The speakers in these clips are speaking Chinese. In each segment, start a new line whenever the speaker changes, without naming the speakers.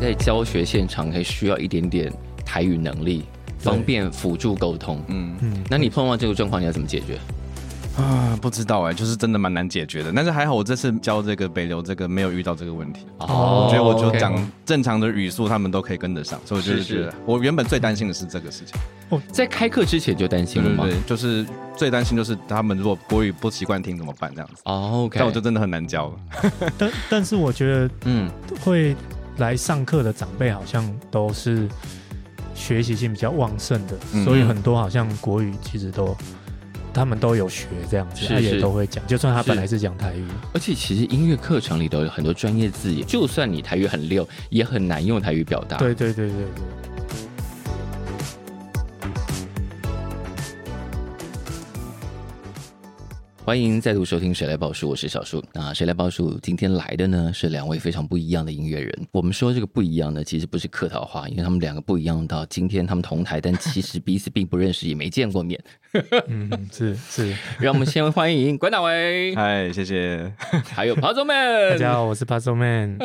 在教学现场还需要一点点台语能力，方便辅助沟通。嗯嗯，那你碰到这个状况，你要怎么解决？
啊，不知道哎、就是真的蛮难解决的。但是还好，我这次教这个北流这个没有遇到这个问题。
哦
我觉得我就
OK
讲正常的语速，他们都可以跟得上，所以我就是
是
觉得我原本最担心的是这个事情。
在开课之前就担心
对
了
对
吗？
对，就是最担心就是他们如果国语不习惯听怎么办这样子。
哦，OK，
但我就真的很难 教了。
但但是我觉得
嗯，
会来上课的长辈好像都是学习性比较旺盛的，
嗯
所以很多好像国语其实都他们都有学这样子，
是
他也
是
都会讲，就算他
是
本来是讲台语，
而且其实音乐课程里头有很多专业字眼，就算你台语很溜，也很难用台语表达。
对对对对对。
欢迎再度收听《谁来报数》，我是小树。那《谁来报数》今天来的呢是两位非常不一样的音乐人。我们说这个不一样呢，其实不是客套话，因为他们两个不一样到今天他们同台，但其实彼此并不认识，也没见过面。
嗯，是是，
让我们先欢迎关大伟，
嗨，谢谢。
还有庞总
大
们，
家好，我是 Puzzle Man。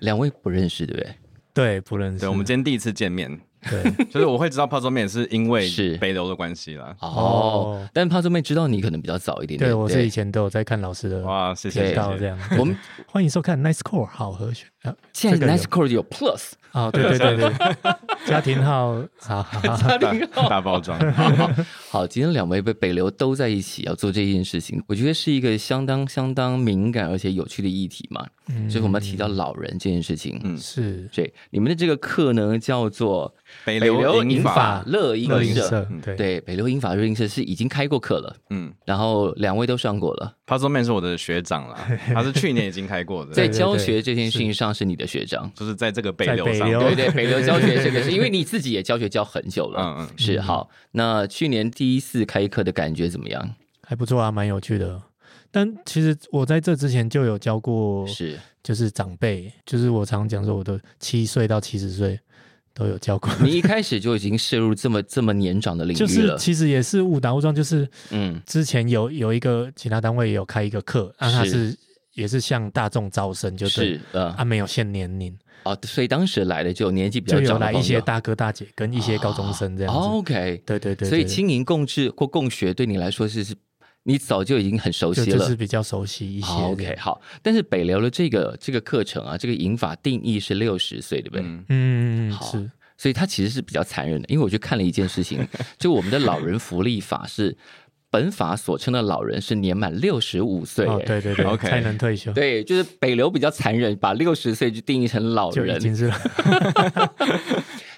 两位不认识对不对？
对，不认识。
对，我们今天第一次 见面，
对
就是我会知道泡椒面是因为
是
北流的关系啦。
哦，
哦
但庞总妹知道你可能比较早一点点。
对，我是以前都有在看老师的
哇，谢谢。
频
谢
道这
谢。
样。
我们
欢迎收看 Nice Core 好和弦啊，
现在
这个有
Nice Core 有 Plus
哦，对对对对，家庭号，好好 好，
家庭
大大包装，
好，今天两位被北流都在一起要做这件事情，我觉得是一个相当相当敏感而且有趣的议题嘛。
嗯
所以我们要提到老人这件事情。嗯
嗯，
是
对，你们的这个课呢叫做
北
北
流
流
银
银
法，
法乐音
啊乐音
社。嗯
社，对
对，北流银法乐音社是已经开过课了，
嗯
然后两位都上过了，
，Puzzle Man 是我的学长啦，他是去年已经开过 的，
在
对
教学这件事情上是你的学长。
就是在这个北
在
流
北
上面，
流
对 对，北流教学这个是因为你自己也教学教很久了，
嗯嗯，
是好。那去年第一次开课的感觉怎么样？
还不错啊，蛮有趣的。但其实我在这之前就有教过，
是
就是长辈，就是我常讲说，我的七岁到七十岁都有教过，
你一开始就已经涉入这么这么年长的领
就
域
是
了，
其实也是误打误撞，就是
嗯，
之前有有一个其他单位也有开一个课，啊，他
是
是也是向大众招生，就对
是呃
啊，没有限年龄，
哦，所以当时来的就有年纪比较
就
长
有
的
来
朋
一些
友
大哥大姐跟一些高中生这样子。
哦 OK，
对对对对
所以经营共治或共学对你来说是是，你早就已经很熟
就
悉
就
了。
是比较熟悉一些。
好 OK，好，但是北流的这个这个课程啊，这个引法定义是六十岁，对不对？
嗯，
嗯，
好
是
所以它其实是比较残忍的，因为我去看了一件事情，就我们的老人福利法是本法所称的老人是年满六十五岁、
哦，
哎
对对对
OK
才能退休，
对，就是北流比较残忍，把六十岁就定义成老
就已
人，
经 是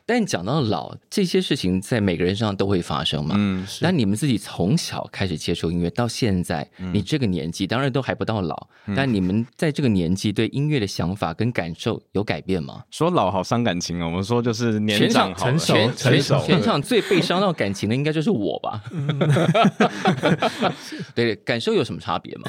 但讲到老，这些事情在每个人身上都会发生嘛。
嗯
是
那你们自己从小开始接触音乐到现在，
嗯
你这个年纪当然都还不到老，但你们在这个年纪对音乐的想法跟感受有改变吗？
说老好伤感情哦，我们说就是年
全
长
场
好了
成熟
全全
成熟
全场最被伤到感情的应该就是我 吧？对，感受有什么差别吗？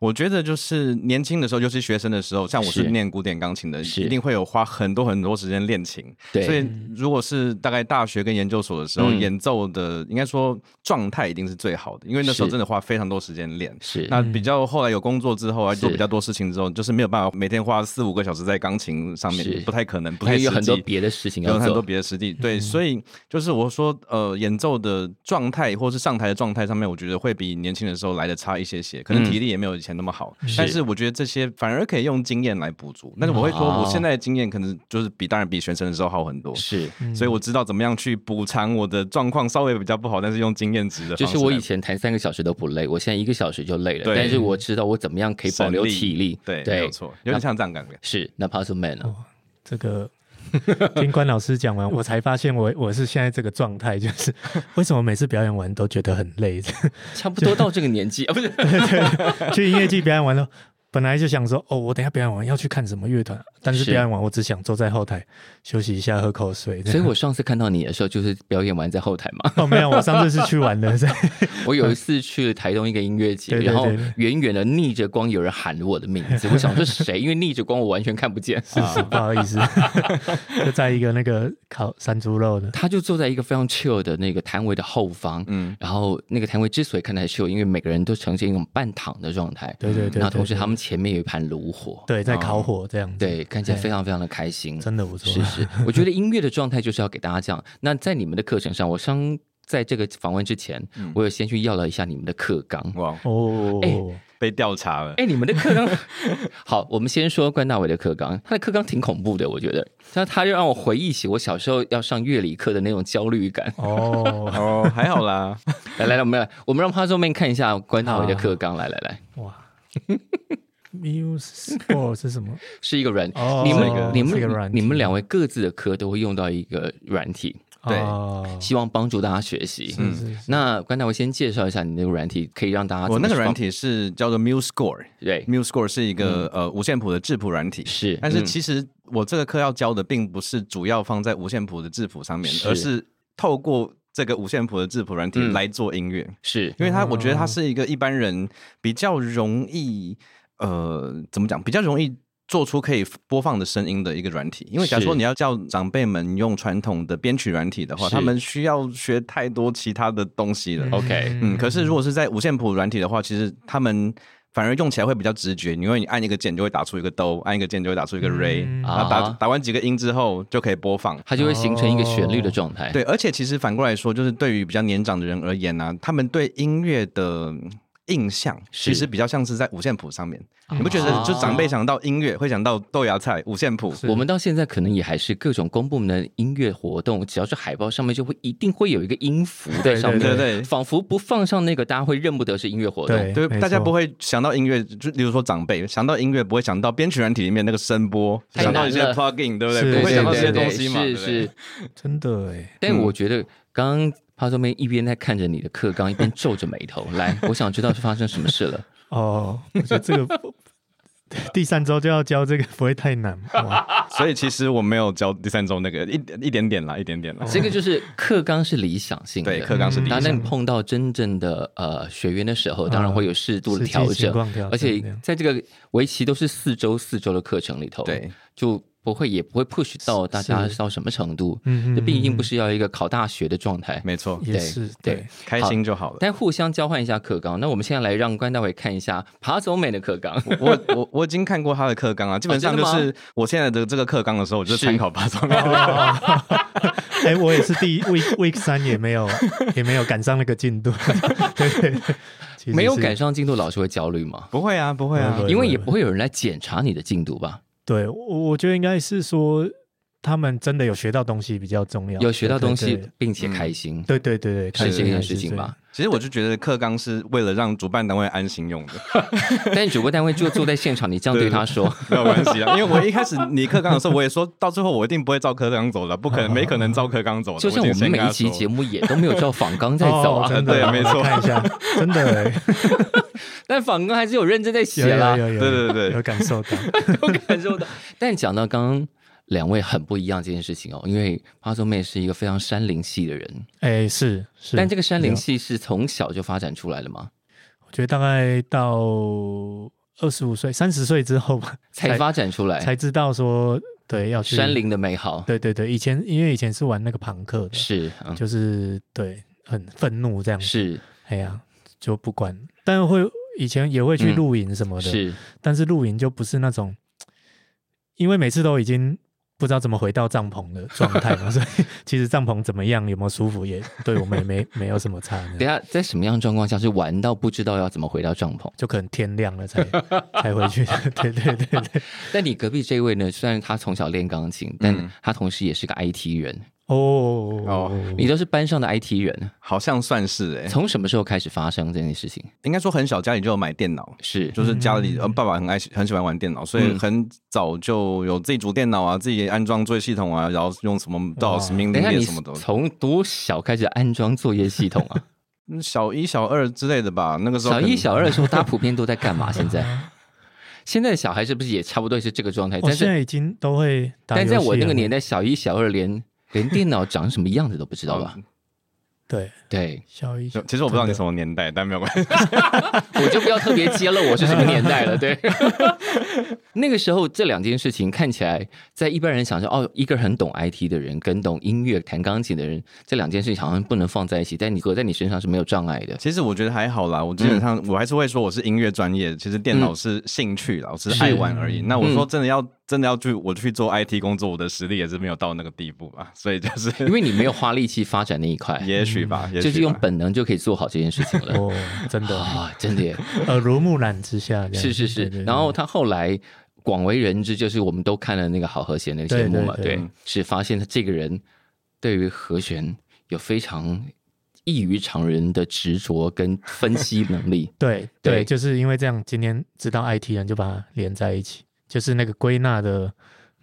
我觉得就是年轻的时候，尤其学生的时候，像我
是
是念古典钢琴的，
是
一定会有花很多很多时间练琴。
对
所以如果是大概大学跟研究所的时候，
嗯
演奏的应该说状态一定是最好的，因为那时候
是
真的花非常多时间练。
是
那比较后来有工作之后，啊，
是
做比较多事情之后，就是没有办法每天花四五个小时在钢琴上
是
面，不太可能，
因
不太
为
实
有很多
际
别的事情
有
要
很多
做。嗯
别的实地，对，所以就是我说，呃，演奏的状态或是上台的状态上面，我觉得会比年轻的时候来的差一些些，可能体力也没有以前那么好，但
嗯是
是我觉得这些反而可以用经验来补足。但是我会说，
哦
我现在的经验可能就是比当然比学生的时候好很多，
是，
所以我知道怎么样去补偿我的状况稍微比较不好，但是用经验值的
就
方
是
式
我
来
以前弹三个小时都不累，我现在一个小时就累了，
对
但是我知道我怎么样可以保
省
留
力
体力。
对，没
对
有，错，哦有点像这样感觉。
是那 p u z z l Man 呢？
这个。 听关老师讲完，我才发现我我是现在这个状态，就是 为什么每次表演完都觉得很累，
差不多到这个年 纪啊，不是
去音乐季表演完了，本来就想说，哦，我等一下表演完要去看什么乐团，但是
是
表演完我只想坐在后台休息一下，喝口水。
所以我上次看到你的时候，就是表演完在后台 嘛。
哦，没有，我上次是去玩 的，是
我有一次去了台东一个音乐节，
对对
然后
对对
远远的逆着光有人喊我的名字，我想说谁？因为逆着光我完全看不见。
是不好 意思，就在一个那个烤山猪肉的，
他就坐在一个非常 chill 的那个摊位的后方，
嗯
然后那个摊位之所以看起来 chill，因为每个人都呈现一种半躺的状态。
对对对
然后同时
对
他们前面有一盘炉火，
对，在烤火这样子，
对，看起来非常非常的开心，
真的不错。
是是，我觉得音乐的状态就是要给大家这样。那在你们的课程上，我上在这个访问之前，我有先去要了一下你们的课纲。
哇，
哦，
哎
被调查了，
哎，你们的课纲 好，我们先说关大伟的课纲，他的课纲挺恐怖的，我觉得，他他就让我回忆起我小时候要上乐理课的那种焦虑感。
哦，
哦，还 好啦，
来来来，我们来，我们让潘宗面看一下关大伟的课纲。来来来，
哇，Muse Score 是什么？
是一个软，
哦
你
是一个
们你
是一个
们
软体
你们两位各自的科都会用到一个软体，
对
哦
希望帮助大家学习。
是是是
那关大伟先介绍一下你那个软体，可以让大家怎
我
么
那个软
放
体是叫做 MuseScore。
对
MuseScore 是一个、呃五线谱的质谱软体，
嗯是，
但是
嗯
其实我这个课要教的并不是主要放在五线谱的质谱上面，
是
而是透过这个五线谱的质谱软体
嗯
来做音乐，
是
因为它我觉得它
哦
是一个一般人比较容易呃怎么讲，比较容易。做出可以播放的声音的一个软体，因为假如说
是
你要叫长辈们用传统的编曲软体的话，
是
他们需要学太多其他的东西了。
OK，
嗯，可是如果是在五线谱软体的话，其实他们反而用起来会比较直觉，因为你按一个键就会打出一个哆，按一个键就会打出一个 re，、
嗯
然后打
啊
打完几个音之后就可以播放。
它就会形成一个旋律的状态。
哦对，而且其实反过来说，就是对于比较年长的人而言呢、他们对音乐的嗯印象
是
其实比较像是在五线谱上面。
啊
你不觉得就长辈想到音乐会想到豆芽菜、五线谱？
是
我们到现在可能也还是各种公部门的音乐活动，只要是海报上面就会一定会有一个音符在上面，
对对对
仿佛不放上那个，大家会认不得是音乐活动。
对，
对，
没
大家
错
不会想到音乐，就例如说长辈想到音乐，不会想到编曲软体里面那个声波，
太
想到
难
一些
了
plugin，对不
是
对？不会
对
想到
对
这些
对
东西嘛，
是
对不对
是。
真的哎，
嗯
但我觉得刚刚帕松妹一边在看着你的课纲，一边皱着眉头。 来，我想知道是发生什么事了。
哦，我觉得这个 不第三周就要教这个不会太难 哇，
所以其实我没有教第三周那个一一点点啦，一点点啦。
哦这个就是课纲是理想性的，
哦对，课纲是理
那
想啊
那你碰到真正的呃学员的时候，当然会有适度的
实际
调
情
整，
况调
而且
整这样
在这个为期都是四周四周的课程里头，
对，
就不会也不会 push 到大家
是
到什么程度，
嗯
这毕竟不
是
是要一个考大学的状态。
没错，
也
对
是
对
对，
开心就好了。
但互相交换一下课纲，那我们现在来让关大伟看一下爬走美的课纲。
我我我已经看过他的课纲啊了，基本上就
哦真的哦
是我现在的这个课纲的时候，我就是参考八中。
哎，我也是第一 week week 三也没有也没有赶上那个 进度，对对对，其实
没有
是
赶上进度，老师会焦虑吗？
不会啊，不会啊
不，会
因为也不会有人来检查你的进度吧？
对，我我觉得应该是说他们真的有学到东西比较重要，
有学到东
对
西，并且开心，
对对对对对，开
是
心
这件事情吧？？
其实我就觉得课纲是为了让主办单位安心用的，
但主播单位就坐在现场，你这样对他说，
没有关系 啊。因为我一开始你课纲的时候，我也说到最后我一定不会照课纲走的，不可能，没可能照课纲走的。
就像
已
我们
经先跟
每
他
一期
说
节目也都没有照仿纲在
对对
走
哦
啊，
真的
对没错
我看一下，真 的哎
但仿纲还是有认真在写
有有
啦，
有有，
对对对
有感受到，
有感受到。但讲到刚刚两位很不一样这件事情哦，因为花松妹是一个非常山林系的人，
哎是是，
但这个山林系是从小就发展出来的吗？
我觉得大概到二十五岁、三十岁之后吧，
才发展出来
才知道说，对，要去
山。林的美好
对对对，以前因为以前是玩那个朋克的，
是嗯
就是对，很愤怒这样，
是
哎呀，就不管，但会以前也会去
嗯
露营什么的，
是
但是露营就不是那种，因为每次都已经不知道怎么回到帐篷的状态 嘛，所以其实帐篷怎么样有没有舒服也对我们也没没有什么差呢。
等一下在什么样的状况下是玩到不知道要怎么回到帐篷？
就可能天亮了才才回去， 对对对对。
但你隔壁这位呢？虽然他从小练钢琴，
嗯
但他同时也是个 IT 人，
哦
哦
你都是班上的 IT 人。
好像算是哎，
从什么时候开始发生这件事情？
应该说很小家里就有买电脑，
是
就是家里呃爸爸很爱很喜欢玩电脑，所以
嗯
很早就有自己组电脑啊，自己安装作业系统啊，然后用什么多少
哇
什么命
等一下，
令列
你
什么的。
从多小开始安装作业系统啊？
嗯小一、小二之类的吧， 那个时候
小
可
一、
能
小二的时候，大家普遍都在干 嘛？现在，现在的小孩是不是也差不多是这个状态？
我
但
哦现
是，
在已经都会打游
但
戏了。
哦
在我那个年代，小一、小二连连电脑长什么样子都不知道吧？
对，
对，
小一，
嗯其实我不知道你什
么，
么年代，但没有 关系。
我就不要特别揭露我是什么年代了。对，那个时候这两件事情看起来，在一般人想象，哦，一个很懂 IT 的人跟懂音乐、弹钢琴的人，这两件事情好像不能放在一起，但你搁在你身上是没有障碍 的。
其实我觉得还好啦，我
嗯
基本上我还是会说我是音乐专业，其实电脑是兴趣啦，我只是爱玩而已。
嗯
那我说真的要真的要去我去做 IT 工作，我的实力也是没有到那个地步吧，所以就是
因为你没有花力气发展那一块，
也许吧，也许吧
就是用本能就可以做好这件事情 了。
哦， 真的，呃
啊，真的耶，
耳濡目染之下，这样
是是
对对
是。
对
然后他后来广为人知，就是我们都看了那个好和弦那个节目嘛，
对对对。
对，是发现他这个人对于和弦有非常异于常人的执着跟分析能力
对
对
对，就是因为这样，今天知道 IT 人就把它连在一起，就是那个归纳的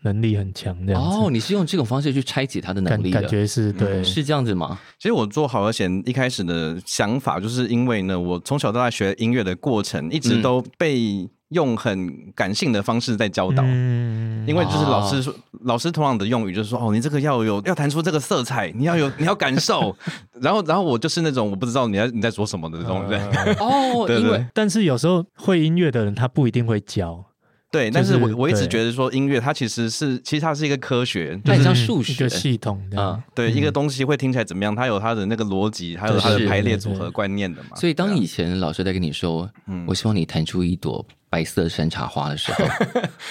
能力很强， 这样子。
哦，你是用这种方式去拆解他的能
感
力
感
的，
觉嗯是对，
是这样子吗？
其实我做好和弦一开始的想法，就是因为呢，我从小到大学音乐的过程，一
嗯
直都被用很感性的方式在教导。
嗯
因为就是老
哦
师说，老师同样的用语就是说，哦，你这个要有要弹出这个色彩，你要有你要感 受，然后然后我就是那种我不知道你在你在说什么
嗯
的那种人，
哦，
对啊
因
对
为
对
呃但是有时候会音乐的人他不一定会教，
对，但是
就
我
是
我一直
对嗯
觉得说音乐它其实是其实它是一个科学，
那很像数
一个
学，
系统这样嗯
啊。
对一个东西会听起来怎么样，它有它的那个逻辑，还有它
是
的排列
对对
组合观念的嘛。
所以，当
对啊
以前老师在跟你说“
嗯
我希望你弹出一朵白色山茶花”的 时候，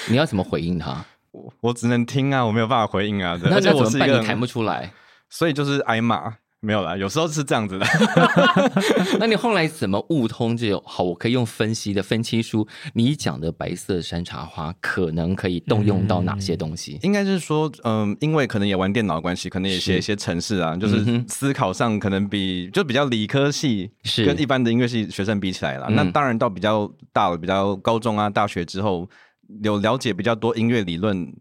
你要怎么回应他？
我我只能听啊，我没有办法回应啊，对
那
而且
那
我
怎
是
么
一个
办？
很
你弹不出来，
所以就是挨骂，没有啦，有时候是这样子的。
那你后来怎么悟通这种？好，我可以用分析的分析出你讲的白色山茶花可能可以动用到哪些东西？
应该是说，嗯，因为可能也玩电脑的关系，可能也写一些程式啊，就是思考上可能比就比较理科系
是
跟一般的音乐系学生比起来啦。
嗯
那当然到比较大了，比较高中啊、大学之后，有了解比较多音乐理论。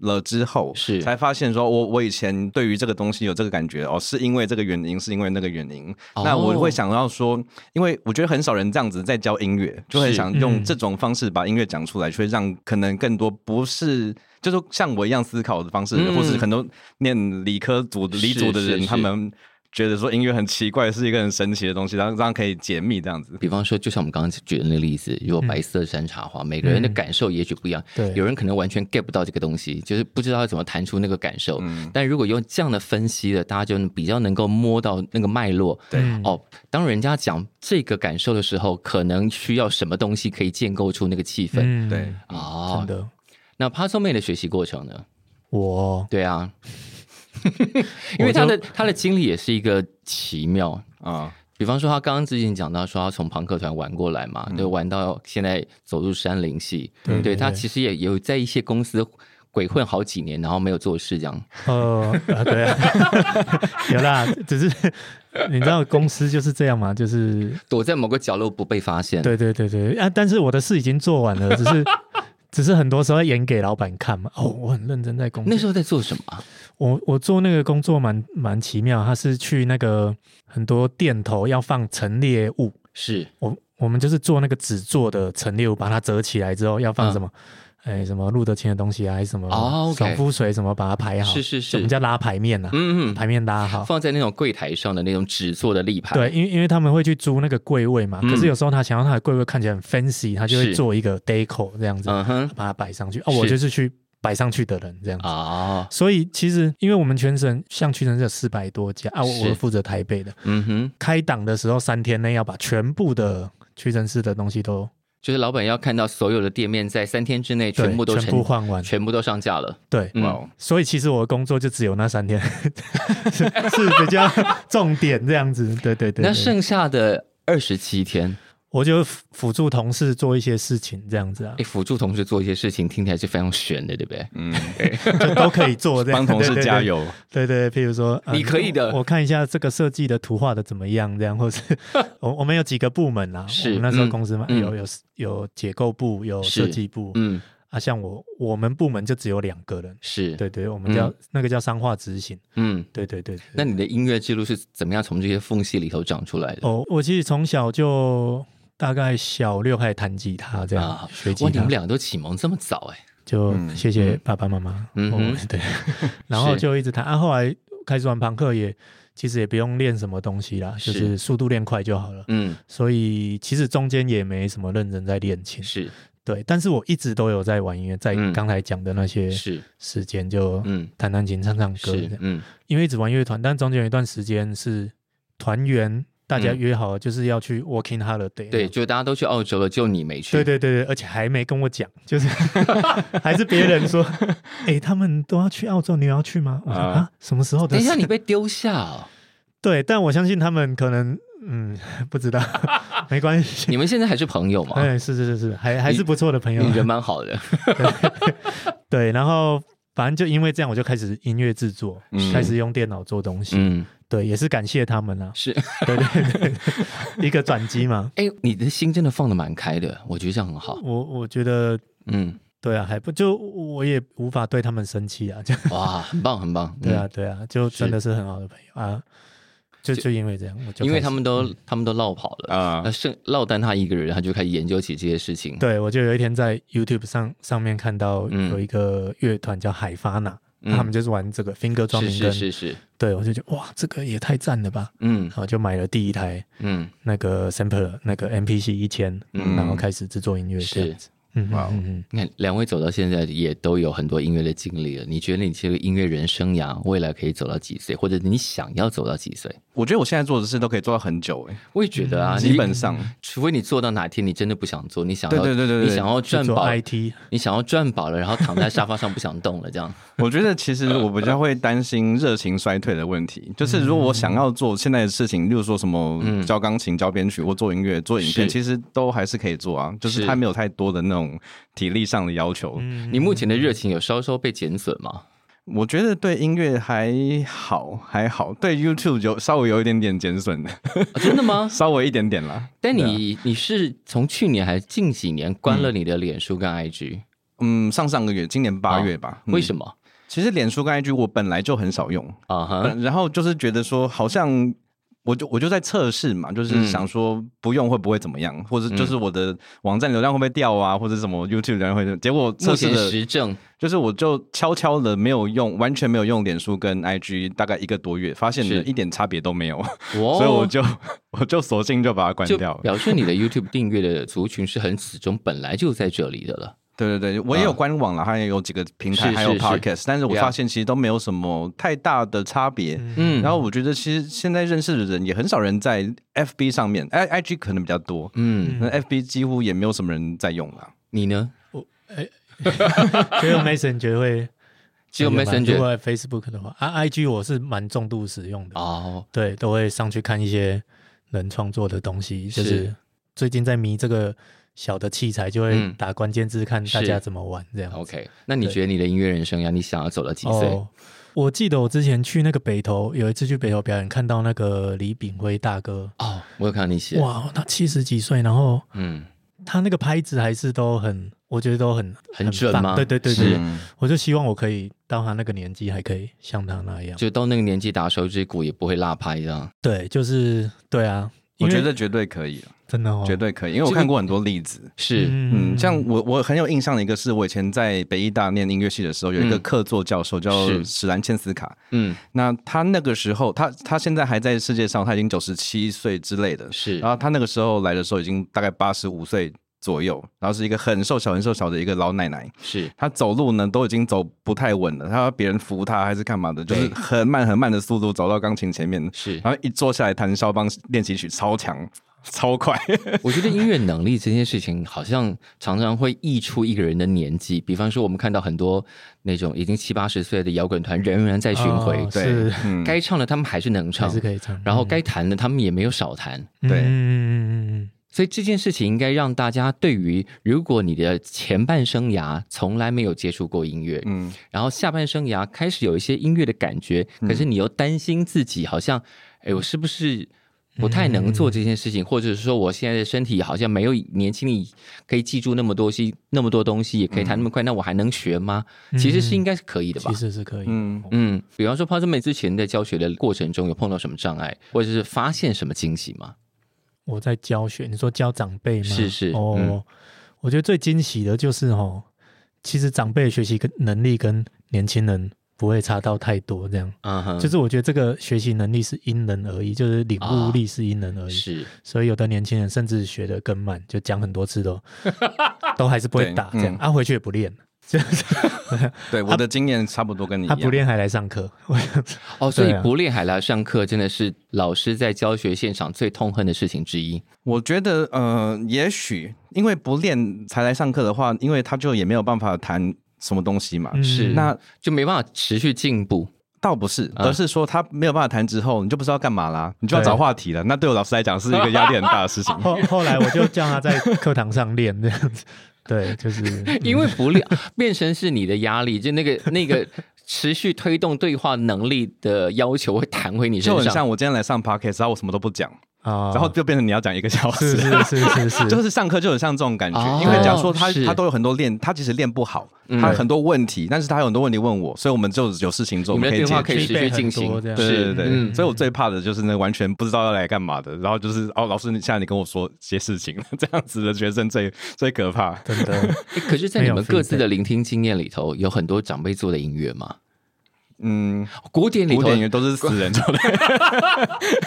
了之后
是
才发现说我，我以前对于这个东西有这个感觉哦，是因为这个原因，是因为那个原因。
哦
那我会想要说，因为我觉得很少人这样子在教音乐，就很
是
想用
嗯
这种方式把音乐讲出来，就会让可能更多不是就是像我一样思考的方式，
嗯
或是很多念理科组的
是
理组的
是
人，
是
他们觉得说音乐很奇怪，是一个很神奇的东西，然后让可以解密这样子。
比方说，就像我们刚刚举的那个例子，如果白色山茶花，每个人的感受也许不一样，
对
有人可能完全 get 不到这个东西，就是不知道要怎么弹出那个感
嗯
受。
嗯
但如果用这样的分析的，大家就比较能够摸到那个脉络。
对
嗯
哦，当人家讲这个感受的时候，可能需要什么东西可以建构出那个气氛。
嗯
对
哦
真，的，
那 p a s o 妹的学习过程呢？
我
对啊， 因为他的他的经历也是一个奇妙。
啊、
比方说，他刚刚之前讲到说，他从朋克团玩过来嘛，对，玩到现在走入山林系，
嗯
对
对对
他其实也有在一些公司鬼混好几年，然后没有做事这样。
呃，啊对啊， 有啦，只是 你知道公司就是这样嘛，就是
躲在某个角落不被发现。
对对对对啊！但是我的事已经做完 了，只是只是很多时候演给老板看嘛。哦，我很认真在工作。
那时候在做什么啊？
我我做那个工作蛮蛮奇妙，他是去那个很多店头要放陈列物，
是
我我们就是做那个纸做的陈列物，把它折起来之后要放什么。哎，什么路德清的东西啊，还是什么
嗯哦，OK
爽肤水什么，把它排好，
是是是
我们叫拉牌面啊，
嗯
牌面拉好，
放在那种柜台上的那种纸做的立牌。
对，因为因为他们会去租那个柜位嘛，
嗯
可是有时候他想要他的柜位看起来很 fancy，他就会
是
做一个 deco 这样子，
嗯哼，
把它摆上去。哦，我
是
就是去摆上去的人这样子。
啊，
所以其实，因为我们全省像屈臣氏有四百多家啊，我
是
我负责台北的。
嗯哼，
开档的时候，三天内要把全部的屈臣氏的东西都
就是老板要看到所有的店面在三天之内全部都
对全部
成
换完。
全部都上架了。
对，
嗯
哇哦，
所以其实我的工作就只有那三天， 是是比 较重点这样子。对对对对
那剩下的二十七天，
我就辅辅助同事做一些事情这样子啊
哎，，辅助同事做一些事情，听起来是非常悬的，对不对？
嗯，
就都可以做这样。
帮同
对
事
对
加
对
油。
对对，譬如说，呃
你可以的
我我看一下这个设计的图画的怎么样，这 样，或是我我们有几个部门啊，
是
我们那时候
嗯
公司嘛，
嗯
有有有解构部，有
是
设计部，
嗯，
啊，像我我们部门就只有两个人，
是，
对对，我们叫、那个叫商化执行，
嗯。
对对对对
那你的音乐之路是怎么样从这些缝隙里头长出来的？
哦，我其实从小就大概小六开始弹吉他，这样、
啊
学吉
哇，
他，
你们两个都启蒙这么早哎、
就
嗯
谢谢爸爸妈妈，
嗯
哦
哼
对，然后
是
就一直弹，啊，后来开始玩朋克也其实也不用练什么东西啦，就是是速度练快就好了。
嗯，
所以其实中间也没什么认真在练琴，
是
对。但是我一直都有在玩音乐，在
嗯
刚才讲的那些
是，
时间就
嗯，
弹弹琴、唱唱歌这
是
样，
嗯
因为一直玩乐团，但中间有一段时间是团员大
嗯
家约好就是要去 working holiday，
对，就大家都去澳洲了，就你没去，
对对对对，而且还没跟我讲，就是 还是别人说，哎、他们都要去澳洲，你也要去吗？我说
啊
啊，什么时候的
等一
事？
下，你被丢下、哦，
对，但我相信他们可能，嗯，不知道，没关系。
你们现在还是朋友吗？
哎，是是是是，还还
你
是不错的朋友啊
你。人蛮好的，
对，然后反正就因为这样，我就开始音乐制作，
嗯
开始用电脑做东西。
嗯，。
对，也是感谢他们啦
是。
对对对对，一个转机嘛。
哎、你的心真的放的蛮开的，我觉得这样很好。
我我觉得，
嗯，
对啊，还不就我也无法对他们生气啊，就
哇，很棒，很棒。
对啊
嗯，，
对啊，就是真的是很好的朋友啊。就就因为这样，我就
因为
开始嗯
他们都、他们都落跑了，
啊
那呃剩落单他一个人，他就开始研究起这些事情。，
对我就有一天在 YouTube 上上面看到
嗯
有一个乐团叫海发娜，
嗯
他们就是玩这个 finger
是
drumming
是
跟
是是，
对我就觉得哇，这个也太赞了吧！
嗯
然后就买了第一台
嗯，
那个 sampler 那个 MPC 一千，
嗯
然后开始制作音乐
是
这样子。嗯
哇哦
嗯嗯，
你看两位走到现在也都有很多音乐的经历了，你觉得你这个音乐人生涯未来可以走到几岁，或者你想要走到几岁？
我觉得我现在做的事都可以做到很久哎，
我也觉得啊，
基
你
本上
除非你做到哪一天你真的不想做，你想要
对对对对对
你想要
嗯去
赚
做
饱，
IT，
你想要赚饱了，然后躺在沙发上不想动了， 这样
我觉得其实我比较会担心热情衰退的问题，就是如果我想要做现在的事情，例如说什么教钢琴、教编曲或做音乐、做影片，
是
其实都还是可以做啊，就是
是
它没有太多的那种体力上的要求。
嗯
你目前的热情有稍稍被减损吗？
我觉得对音乐还好，还好，对 YouTube 有稍微有一点点减损 的，
啊真的 吗？
稍微一点点啦。
但
啊
你你是从去年还近几年关了你的脸书跟 IG，、
嗯，上上个月，今年八月吧。
为
么？
什么？
其实脸书跟 IG 我本来就很少用，
啊哈，
嗯，然后就是觉得说，好像我就我就在测试嘛，
嗯
就是想说不用会不会怎么样，或者就是我的网站流量会不会掉啊，或者什么 YouTube 流量会不会，结果测
目
试
前
的，
实证
就是我就悄悄的没有用，完全没有用脸书跟 IG，大概一个多月，发现
是
一点差别都没有，
哦，
所以我就我就索性就把它关
就
掉了。
表示你的 YouTube 订阅的族群是很死忠，本来就在这里的了。
对对对，我也有官网了，它也有几个平台，
嗯是
还有
是是
Podcast，但是我
Yeah
发现其实都没有什么太大的差别。
嗯，
然后我觉得其实现在认识的人也很少人在 FB 上面，I I G 可能比较多，
嗯，
那 FB 几乎也没有什么人在用了。
你呢？
只有 Messenger 会，
只有
吧如
Messenger
果 Facebook 的话，啊 IG 我是蛮重度使用的。
哦，
对，都会上去看一些人创作的东西，就是是最近在迷这个小的器材，就会
嗯
打关键字看大家
是
怎么玩这样。
OK，那你觉得你的音乐人生涯，你想要走到几岁？
哦，我记得我之前去那个北投，有一次去北投表演，看到那个李炳辉大哥，
哦，我有看到你写，
哇，他七十几岁，然后
嗯，
他那个拍子还是都很，我觉得都很
很准
棒
吗
对对对
是
对，
嗯
我就希望我可以到他那个年纪，还可以像他那样。
就到那个年纪打手指骨也不会落拍这样。
对，就是对啊，因
我
为
觉得绝对可以，
真的哦，
绝对可以，因为我看过很多例子。
是，
嗯，像我我很有印象的一个是我以前在北医大念音乐系的时候，有一个客座教授叫
嗯是
史兰切斯卡。
嗯，
那他那个时候，他他现在还在世界上，他已经九十七岁之类的。
是
然，后他那个时候来的时候，已经大概八十五岁左右，然后是一个很瘦小、很瘦小的一个老奶奶。
是，
她走路呢都已经走不太稳了，她要别人扶她还是干嘛的，就是
对
很慢很慢的速度走到钢琴前面，
是。
然后一坐下来弹肖邦练习曲，超强。超快，
哦
我觉得音乐能力这件事情，好像常常会溢出一个人的年纪。比方说，我们看到很多那种已经七八十岁的摇滚团仍然在巡回，
哦
对
是，
嗯，
该唱的他们还是能唱
还是，可以唱。
然后
嗯
该弹的他们也没有少弹。
对
嗯嗯嗯嗯
所以这件事情应该让大家对于，如果你的前半生涯从来没有接触过音乐，
嗯，
然后下半生涯开始有一些音乐的感觉，
嗯
可是你又担心自己好像，哎，我是不是不太能做这件事
嗯
情，或者是说我现在的身体好像没有年轻里可以记住那么多西那么多东西，也可以弹那么快，那我还能学吗？
嗯
其实是应该是可以的
嗯
吧
其。实是可以。
嗯
嗯，比方说抛这妹之前在教学的过程中有碰到什么障碍，或者是发现什么惊喜吗？
我在教学，你说教长辈吗？
是是
哦，
嗯
我觉得最惊喜的就是哦，其实长辈的学习跟能力跟年轻人不会差到太多这样。
啊
嗯哼，
就是我觉得这个学习能力是因人而异，就是领悟力是因人而异，
是
所以有的年轻人甚至学的更慢，就讲很多次都都还是不会
对
打这样，
嗯
啊，回去也不练，
对，我的经验差不多跟你一
他
样。
不练还来上课，我
哦，所以
对啊
不练海来上课真的是老师在教学现场最痛恨的事情之一。
我觉得，呃，也许因为不练才来上课的话，因为他就也没有办法谈什么东西嘛。
嗯
是
那
就没办法持续进步。
倒不是，
啊
而是说他没有办法谈之后，你就不知道干嘛啦，你就要找
嗯对。
话题了。那对我老师来讲是一个压力很大的事情
后后来我就叫他在课堂上练这样子，对，就是
因为 不练变成是你的压力，就那个那个持续推动对话能力的要求会弹回你身
就很
上。
像我今天来上 podcast，然后我什么都不讲，
哦
啊，
然后就变成你要讲一个小
是，
时
是是是 是，
就是上课就很像这种感觉。
哦
因为假如说他
是
他都有很多练，他其实练不好，
嗯
他很多问题，但是他有很多问题问我，所以我们就有事情做，
你
我
们的
们可以
对话
解
可
决
以。持续进
可以背很
行
多这，样
对对对，
嗯
所以我最怕的就是那个完全不知道要来干嘛的，然后就是哦，老师，你现在你跟我说些事情，这样子的学生最最可怕。
真的，
诶可是，在
没
你
有
们各自
feedback
的聆听经验里头，有很多长辈做的音乐吗？
嗯，
古典里
古
头，
典乐都是死人做的，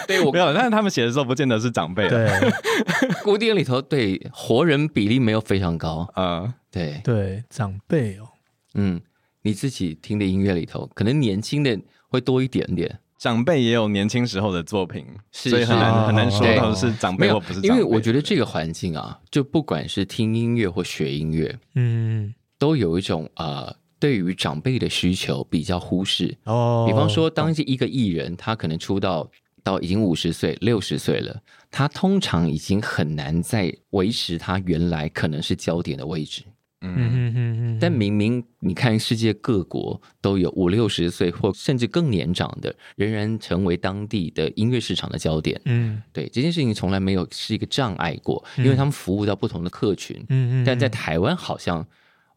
对我
没有，但是他们写的时候不见得是长辈啊。
对
古典里头对活人比例没有非常高。
呃，
对，
对，长辈哦，
嗯，你自己听的音乐里头，可能年轻的会多一点点。
长辈也有年轻时候的作品，
是
所以很
是
难
哦
很难说
对
到底是长
没
辈
有
或不是长辈。
因为我觉得这个环境啊，就不管是听音乐或学音乐，
嗯，
都有一种啊、呃对于长辈的需求比较忽视。
哦，
比方说，当一个艺人，他可能出道到已经五十岁、六十岁了，他通常已经很难再维持他原来可能是焦点的位置。
嗯
嗯，
哼哼哼，
但明明你看世界各国都有五六十岁或甚至更年长的，仍然成为当地的音乐市场的焦点。
嗯
对这件事情从来没有是一个障碍过，因为他们服务到不同的客群。
嗯嗯，
但在
嗯
台湾好像，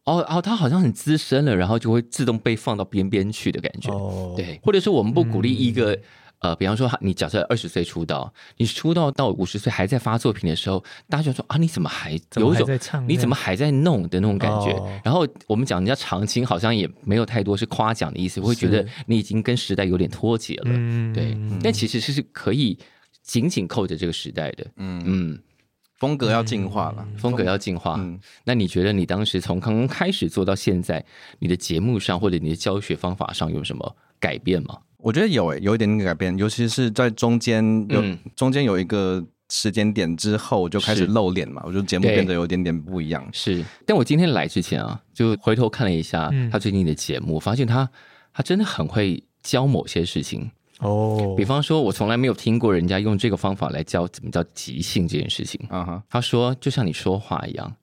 哦哦，他好像很资深了，然后就会自动被放到边边去的感觉。
哦，嗯
对，或者是我们不鼓励一个、呃，比方说你假设二十岁出道，你出道到五十岁还在发作品的时候，大家就说啊，你怎么还
怎么
有一
还
种
在唱
你
这
怎么
样
还在弄的那种感觉？
嗯哦
然后我们讲人家长青，好像也没有太多是夸奖的意思，会觉得
是
你已经跟时代有点脱节了。
嗯
对，但其实是可以紧紧扣着这个时代的。
嗯
嗯，
风格要进化了，
风格要进化。
嗯
那你觉得你当时从刚刚开始做到现在，你的节目上或者你的教学方法上有什么改变吗？
我觉得有诶、有一点点改变，尤其是在中间有、
嗯
中间有一个时间点之后，我就开始
是
露脸嘛，我就节目
对
变得有一点点不一样。
是，但我今天来之前啊，就回头看了一下
嗯
他最近的节目，我发现他他真的很会教某些事情。
哦，
比方说，我从来没有听过人家用这个方法来教怎么叫即兴这件事情。
啊哈，
他说，就像你说话一样。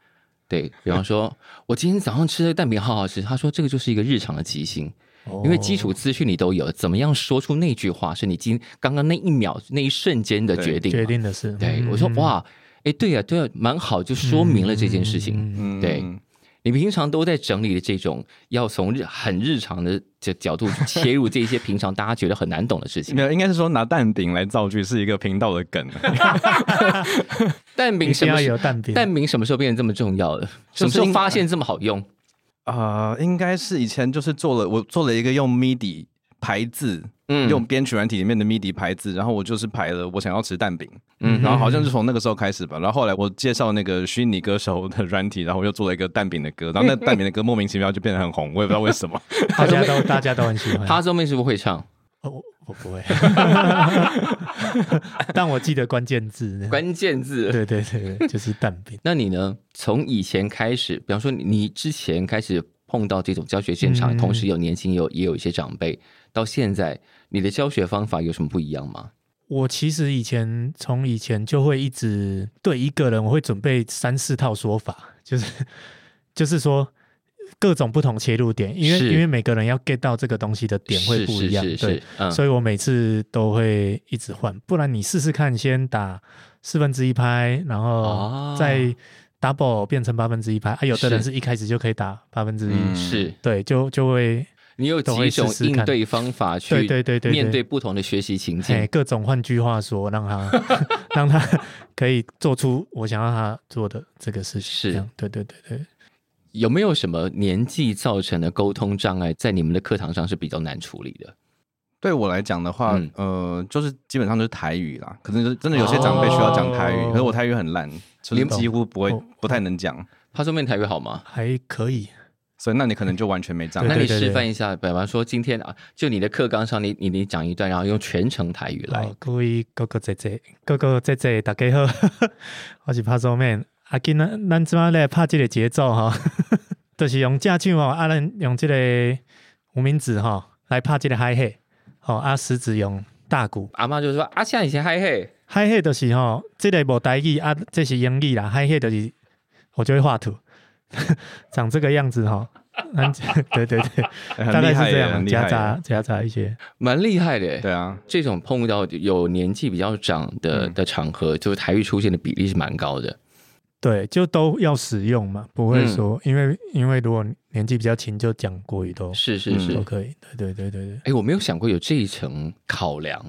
对比方说， 我今天早上吃的蛋饼好好吃。他说，这个就是一个日常的即兴，
哦
因为基础资讯你都有，怎么样说出那句话是你今刚刚那一秒那一瞬间的决定嘛。
决定的是，
对，
嗯
我说，哇，哎，对呀、对呀、蛮好，就说明了这件事情。
嗯嗯嗯
嗯，
对你平常都在整理的这种要从日很日常的角角度去切入这些平常大家觉得很难懂的 事情
没。有，应该是说拿蛋饼来造句是一个频道的梗，啊
蛋饼
一
什
定
么
要
时
有蛋饼，
蛋饼什么时候变得这么重要了？什
就
么
是
时候发现这么好用？
啊，应该是以前就是做了，我做了一个用 MIDI 排字，
嗯
用编曲软体里面的 MIDI 排字，然后我就是排了我想要吃蛋饼，
嗯
嗯，然后好像是从那个时候开始吧，然后后来我介绍那个虚拟歌手的软体，然后我又做了一个蛋饼的歌，然后那蛋饼的歌莫名其妙就变得很红，我也不知道为什 么。
大家都大家都很喜欢。
哈周妹是不是会唱？
哦我我不会， 但我记得关键字。
关键字。
对对对对，就是蛋饼。
那你呢？从以前开始，比方说你你之前开始碰到这种教学现场，
嗯
同时有年轻有也有一些长辈，到现在你的教学方法有什么不一样吗？
我其实以前从以前就会一直对一个人，我会准备三四套说法，就是就是说各种不同切入点，因为
是
因为每个人要 get 到这个东西的点会不一样，
是是是
对
是，，嗯
所以我每次都会一直换，不然你试试看，先打四分之一拍，然
哦
后再 double 变成八分之一拍。啊，有的人是一开始就可以打八分之一，
嗯
是
对，就就会
你有
都
几
会
种
试试
应
看
对方法去
对对对对对
面对不同的学习情
哎
境。
各种换句话说，让他 让他可以做出我想要他做的这个事情。
是
这样，对对对对，
有没有什么年纪造成的沟通障碍，在你们的课堂上是比较难处理的？
对我来讲的话，
嗯
呃，就是基本上就是台语啦，可能就是真的有些长辈需要讲台语，
哦
可是我台语很烂，就是
你懂
几乎不会
哦
不太能讲，
他说面台语好吗？
还可以。
所以那你可能就完全没长
对
啊那
辈。
你
对
示范一下，比方说今天啊，就你的课纲上，你你你讲一段，然后用全程台语来
哦，各位哥哥姐姐，哥哥姐姐大家好， 我是拍手面。啊，今咱咱即摆来拍即个节奏吼， 就是用正手吼，啊，咱用即个无名指吼来拍即个嗨嘿，吼啊，食指用大鼓。
阿妈就说啊，现在以前嗨嘿，
嗨嘿就是吼，即、个无台语啊，这是英语啦。嗨嘿就是我就会画图， 长这个样子吼。咱 对对对，
很
大概
厉
是
害
这
耶，
样，啊
很厉害
夹杂
耶。
夹杂一些。
蛮厉害的。
对啊，
这种碰到有年纪比较长的
嗯
的场合，就是台语出现的比例是蛮高的。
对，就都要使用嘛，不会
嗯
说，因为因为如果年纪比较轻，就讲国语
嗯
都
是是是，
都
哎、
可以。对对对对对，
我没有想过有这一层考量，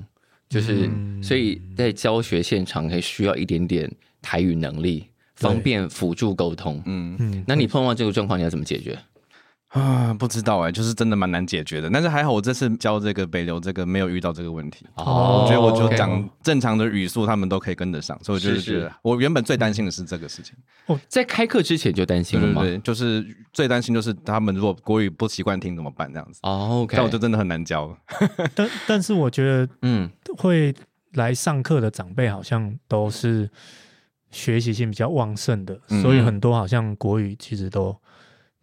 就是、
嗯
所以在教学现场还需要一点点台语能力，方便辅助沟通。
嗯
嗯，
那你碰到这个状况，你要怎么解决？
啊，不知道哎、就是真的蛮难解决的。但是还好，我这次教这个北流这个没有遇到这个问题。
哦
我觉得我就
OK
讲正常的语速，他们都可以跟得上，所以我就是
是
是觉得，我原本最担心的是这个事情。
在开课之前就担心
对
了
对
吗？
对，就是最担心就是他们如果国语不习惯听怎么办这样子。
哦，OK，
但我就真的很难教了。
但但是我觉得
嗯，
会来上课的长辈好像都是学习性比较旺盛的，
嗯
所以很多好像国语其实都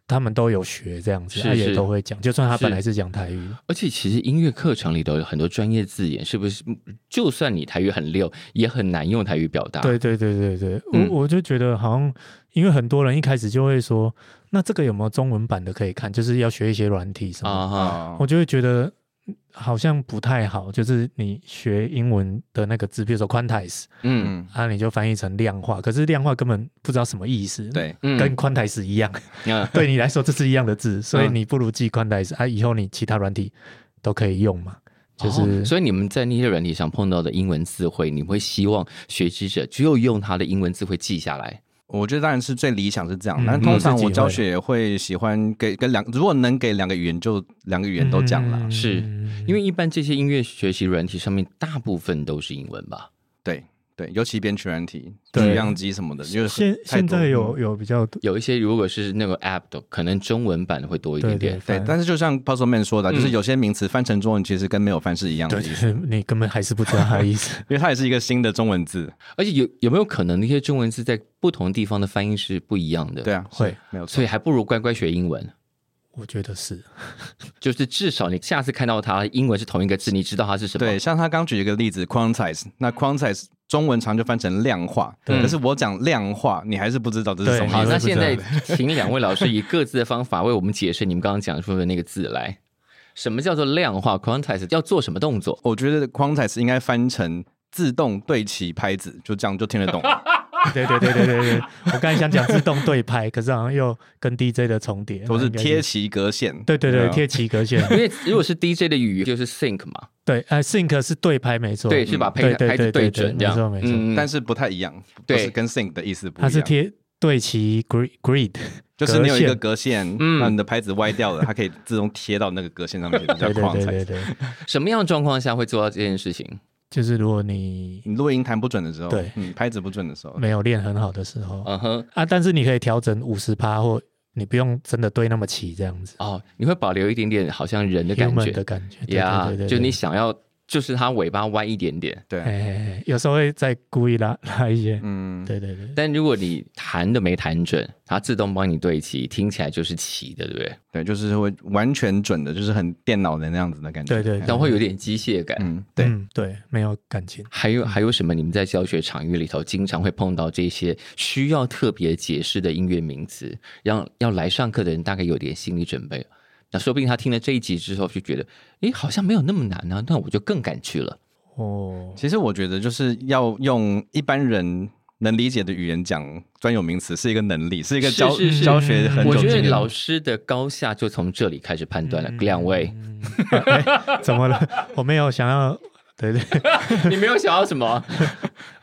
他们都有学这样子，
是
他
是
也都会讲，就算他
是
本来是讲台语的，
而且其实音乐课程里头有很多专业字眼，是不是？就算你台语很溜，也很难用台语表达。
对对对对对，
啊嗯
我我就觉得好像，因为很多人一开始就会说，那这个有没有中文版的可以看？就是要学一些软体什么的，
啊哈，
啊
我就会觉得嗯好像不太好。就是你学英文的那个字，比如说 quantize
嗯
嗯，
啊，你就翻译成量化，可是量化根本不知道什么意思，，
对，
嗯，
跟 quantize 一样，
嗯
对你来说这是一样的字，所以
嗯
你不如记 quantize 啊，以后你其他软体都可以用嘛，就是、
哦所以你们在那些软体上碰到的英文词汇，你们会希望学知者只有用他的英文词汇记下来。
我觉得当然是最理想是这样
嗯，
但通
嗯
常
自己
我
会
教学也会喜欢给跟两，如果能给两个语言就两个语言都讲啦。
嗯
是因为一般这些音乐学习软体上面大部分都是英文吧？
对对，尤其编曲软体、
对
取样机什么的，就是
现
太
现
多
在
嗯
有有比较多
有一些如果是那个 app 的，可能中文版会多一点点。
对
反，
但是就像 Puzzle Man 说的啊，
嗯
就是有些名词翻成中文其实跟没有翻是一样的
对
意思，
对，你根本还是不知道他的意 思。
因为它也是一个新的中文字。
而且有有没有可能那些中文字在不同地方的翻译是不一样的？
对，啊，
会
是没有错
所以。还不如乖乖学英文。
我觉得是，
就是至少你下次看到它，英文是同一个字，你知道它是什么。
对，，像他刚举一个例子，quantize，那 quantize 中文常就翻成量化，
对
可是我讲量化，你还是不知道这是
对
什么
好，
意思
那
你会
现
不
在
知
请两位老师以各自的方法为我们解释你们刚刚讲出的那个字来。什么叫做量化 （quantize）？要做什么动作？
我觉得 quantize 应该翻成自动对齐拍子，就这样就听得 懂。
对对对对对对。我刚才想讲自动对拍，可是好像又跟 DJ 的重叠，
都
那
是
应该
贴。齐格线。
对对对，
啊
贴齐格线。
因 为如果是 DJ 的语，就是 sync 嘛，
对，呃，sync 是对拍没错，
对，是把拍
对对
拍子
对对
准
对
这样。
没错没错
嗯
但是不太一样，
对
不是跟 sync 的意思不
嗯
一
它
样。
是，贴对齐 grid grid，
就是你有一个
格
格线，
嗯
那你的拍子歪掉了，它可以自动贴到那个格线上面，叫
线对对
quantize。
对对对，
什么样的状况下会做到这件事情？
就是如果你
你录音弹不准的时候，
对
嗯，拍子不准的时候，
没有练很好的时候
嗯哼，
啊，但是你可以调整五十趴，或你不用真的对那么齐这样子，
哦，你会保留一点点好像人的感
human
觉
的感觉，对
呀
对对对，
就
对
你想要，就是它尾巴歪一点点。
对，
哎哎，哎有时候会再故意拉 拉一些，
嗯，
对对对，
但如果你弹的没弹准，它自动帮你对齐，听起来就是齐的，对不对？
对，就是会完全准的，就是很电脑的那样子的感觉。
对对对
但会有点机械感。
嗯，对，
嗯对，没有感情。
还有还有什么？你们在教学场域里头经常会碰到这些需要特别解释的音乐名词，让要来上课的人大概有点心理准备。那说不定他听了这一集之后就觉得，诶，好像没有那么难啊，那我就更敢去了。
哦，
其实我觉得就是要用一般人。能理解的语言讲专有名词是一个能力，是一个
是
教
是是
教学很
我
久
觉
经验
得
的
老师的高下就从这里开始判断了。两位，
哎 嗯、哎怎么了？我没有想要对 对，
你没有想要什么，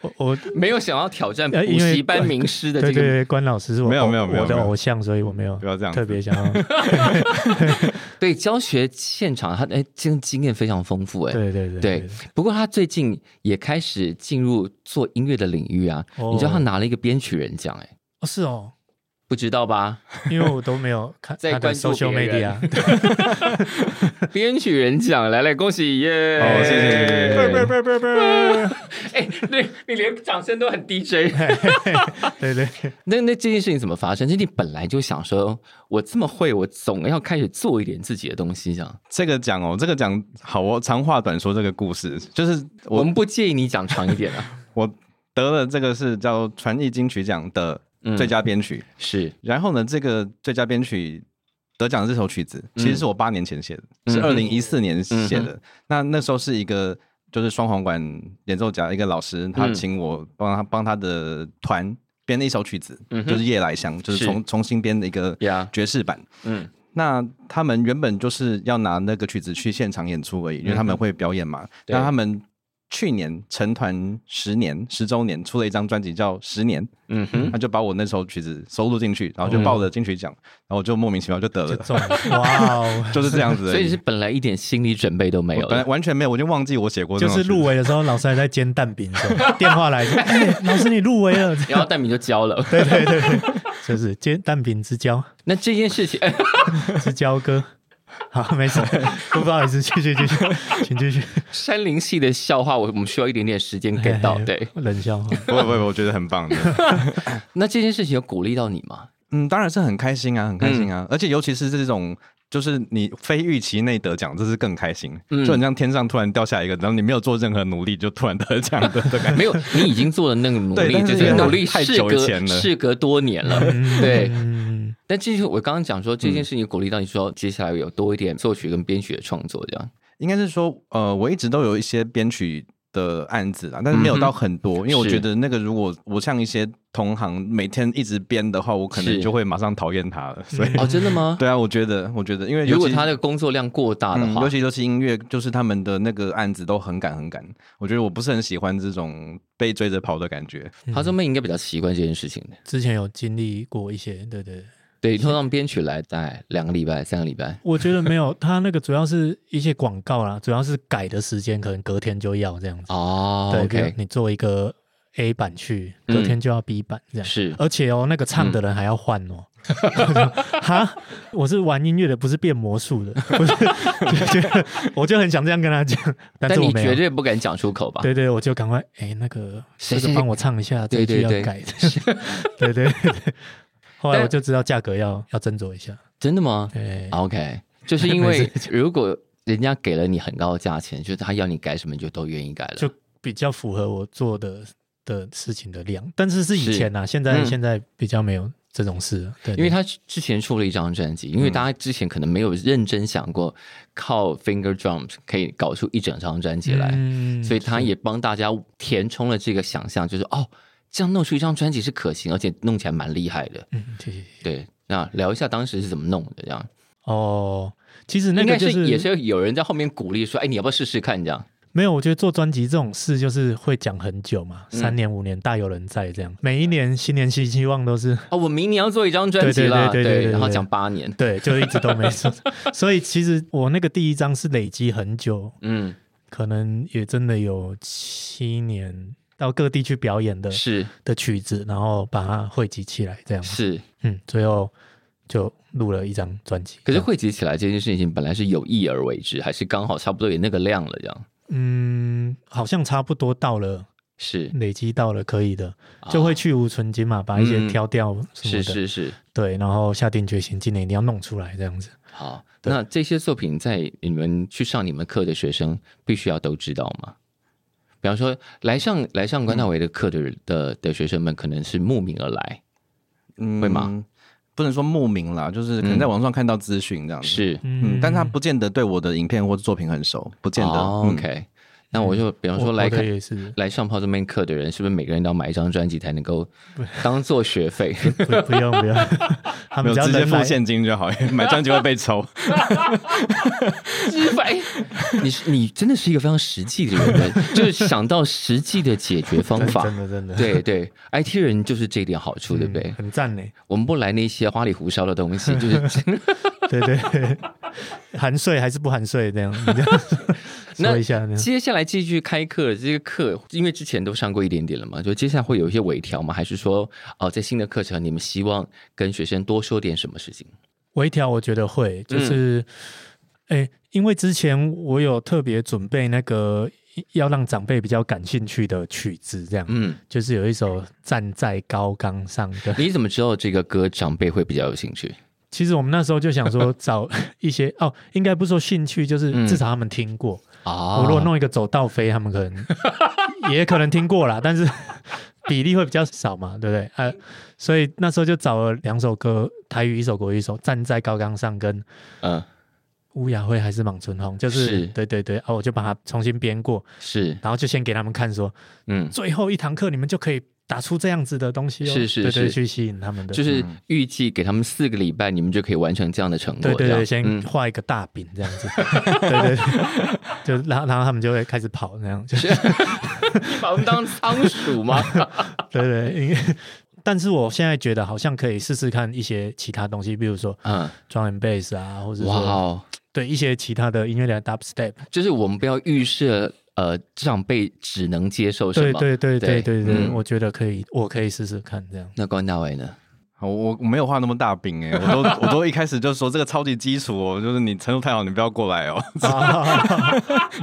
我我
没有想要挑战
呃
补
因为
习班名师的
对
这
对
个，
对，关老师是我
没有
偶
没有没有
我的
没有
偶像，所以我没有
不要这样子
特别想 要。
对教学现场，他哎，这个经验非常丰富哎。
对对对
对，不过他最近也开始进入做音乐的领域啊，
哦
你知道他拿了一个编曲人奖哎，
哦是哦，
不知道吧？
因为我都没有看
在
他的
关注
social
别
media
人。编曲人奖，来来，恭喜耶！
哦谢谢谢谢
啵啵啵啵啵
哎，你你连掌声都很 DJ。
对对，
那那这件事情怎么发生？就你本来就想说，我这么会，我总要开始做一点自己的东西，这样。
这个讲哦，这个讲好哦，长话短说，这个故事就是
我
我
们不介意你讲长一点 啊。
我得了这个是叫传艺金曲奖的
嗯
最佳编曲，
是
然后呢，这个最佳编曲得奖的这首曲子，其实是我八年前写的，是
嗯
二
哼
零一四年写的。那那时候是一个就是双簧管演奏家一个老师，他
嗯
请我帮他帮他的团编了一首曲子，
嗯哼
就是《夜来香》，就是
是
重重新编的一个
呀，
爵士版。
嗯
那他们原本就是要拿那个曲子去现场演出而已，因为他们会表演嘛。
嗯对
那他们去年成团十年十周年出了一张专辑叫《十年》，
嗯哼，
他就把我那首曲子收录进去，然后就报了金曲奖，然后我就莫名其妙就得
就
了，
中了，哇哦！
就是这样子而已。
所以是本来一点心理准备都没有
嗯我本来
的。
完全没有，我就忘记我写过这
就
种
是入围的时候，老师还在煎蛋饼的时候，电话来说：“哎，老师你入围了。”
然后蛋饼就交了。
对对对，对就是煎蛋饼之交
那这件事情，哎
之交哥。 好，没事，不不好意思，继续继续，请继续。
山林系的笑话，我我们需要一点点时间 get 到。对，
哎冷笑话。
不会不会，我觉得很棒的。
那这件事情有鼓励到你吗？
嗯，当然是很开心啊，很开心啊，
嗯
而且尤其是这种。就是你非预期内得奖，这是更开心，
嗯
就很像天上突然掉下一个，然后你没有做任何努力就突然得奖 的这感觉。
没有，你已经做了那个努
对
力，
但
就是是努力
太
事
久以
隔
前了
事隔多年了。对，
嗯，
但这就是我刚刚讲说
嗯
这件事情鼓励到你说，接下来有多一点作曲跟编曲的创作，这样
应该是说，呃，我一直都有一些编曲的案子啦，但是没有到很多，因为我
嗯是
觉得那个如果我像一些同行每天一直编的话，我可
是
能就会马上讨厌他了。所以，
哦，真的吗？
对啊，我觉得，我觉得，因为尤其
如果他的工作量过大的
嗯
话
尤，其尤其音乐，就是他们的那个案子都很赶很赶，我觉得我不是很喜欢这种被追着跑的感觉。
华中妹应该比较习惯这件事情的。
之前有经历过一些，对对。对
对，通常编曲来大概两个礼拜、三个礼拜。
我觉得没有，他那个主要是一些广告啦，主要是改的时间，可能隔天就要这样子。
哦
对比如
，OK，
你做一个 A 版去，
嗯
隔天就要 B 版这样。
呃
是
而且哦，那个唱的人还要换哦。
嗯
哈，我是玩音乐的，不是变魔术的， 不是，就觉得我就很想这样跟他讲，但
但
是我
你
没
绝
有。
对不敢讲出口吧？
对对，我就赶快哎，那个
谁
这个
谁
帮我唱一下，这
对
一句
对
要
对
改。 对对对对。后来
但
我就知道价格要要斟酌 一下。
真的吗
对，
？OK，就是因
没
为
事
如果人家给了你很高的价钱，就是他要你改什么，你就都愿意改了。
就比较符合我做的的事情的量，但是是
是
以前啊，现在、
嗯
现在比较没有这种事了，对，
因为
对
他之前出了一张专辑，因
嗯
为大家之前可能没有认真想过靠 finger drums 可以搞出一整张专辑来，
嗯
所以他也帮大家填充了这个想象，就是哦，这样弄出一张专辑是可行，而且弄起来蛮厉害的。
嗯，谢谢谢谢
对，那聊一下当时是怎么弄的，这样
哦，其实那
应
个
该
就是
也是有人在后面鼓励说，哎，你要不要试试看？这样
没有，我觉得做专辑这种事就是会讲很久嘛，
嗯
三年五年大有人在这样，每一年新年新希望都 是
哦，我明年要做一张专辑啦，
对对对对对对
然后讲八年，
对，就一直都没 做，所以其实我那个第一张是累积很久，
嗯，
可能也真的有七年到各地去表演的
是
的曲子，然后把它汇集起来这样。
是，
嗯，最后就录了一张专辑。
可是
这样，
汇集起来这件事情本来是有意而为之，还是刚好差不多也那个量了，这样
嗯，好像差不多到了，
是
累积到了可以的，就会去无存金嘛，把一些
嗯
挑掉什么
啊是
的，
是是，
对，然后下定决心，今年一定要弄出来这样子。
好。那这些作品在你们去上你们课的学生必须要都知道吗？比方说，来上来上关大伟的课的人、的的学生们，可能是慕名而来，
嗯
会吗？嗯
不能说慕名啦，就是可能在网上看到
嗯
资讯这样子。
是嗯
嗯，但他不见得对我的影片或者作品很熟，不见得。
哦
嗯
OK。那我就比方说
我
来
我的
看
也是
来上炮这门课的人，是不是每个人都要买一张专辑才能够当做学 费？
不不用 不用，他们
没有
只要
直接
人来
付现金就好， 买专辑会被抽。
直白， 你是你真的是一个非常实际的人，就是想到实际的解决方
真
法
真。的真的
对对，IT 人就是这一点好处，对不 对
嗯？很赞呢，
我们不来那些花里胡哨的东西，就是
对对，含税还是不含 税这样，你这样
那
说一下那样。
接下来继续开课。这些课因为之前都上过一点点了嘛，就接下来会有一些微调吗？还是说，哦、在新的课程，你们希望跟学生多说点什么事情？
微调我觉得会，就是，
嗯
诶，因为之前我有特别准备那个要让长辈比较感兴趣的曲子，这样，
嗯，
就是有一首《站在高岗上》的。
你怎么知道这个歌长辈会比较有兴趣？
其实我们那时候就 想说找一些哦，应该不说兴趣，就是
嗯
至少他们听过。
啊
我如果弄一个走道飞，他们 可能也可能听过啦，但是 比例会比较少嘛，对不对？呃，所以那时候就找了两首歌，台语一首，国语一首，《站在高岗上》跟
嗯，
乌雅慧还是莽春红，就是
是
对对对，啊，我就把它重新编过，
是，
然后就先给他们看说，
嗯，
最后一堂课你们就可以打出这样子的东西哦，
是是
对对，
是
去吸引他们的，
就是预计给他们四个礼拜，你们就可以完成这样的成果。
对对
这样
对，先
嗯
画一个大饼这样 子，对对对，就然后然后他们就会开始跑那样， 就是
你把我们当仓鼠吗？
对对，因为但是我现在觉得好像可以试试看一些其他东西，比如说
嗯，
drum and bass 啊，或者
哇
说
哦，
对一些其他的音乐的 dubstep，
就是我们不要预设呃长辈只能接受什
对
么。
对对
对
对对对，
嗯
我觉得可以，我可以试试看这样。
那关大伟呢？
好，我我没有画那么大饼哎、我都我都一开始就说这个超级基础哦，就是你程度太好，你不要过 来哦，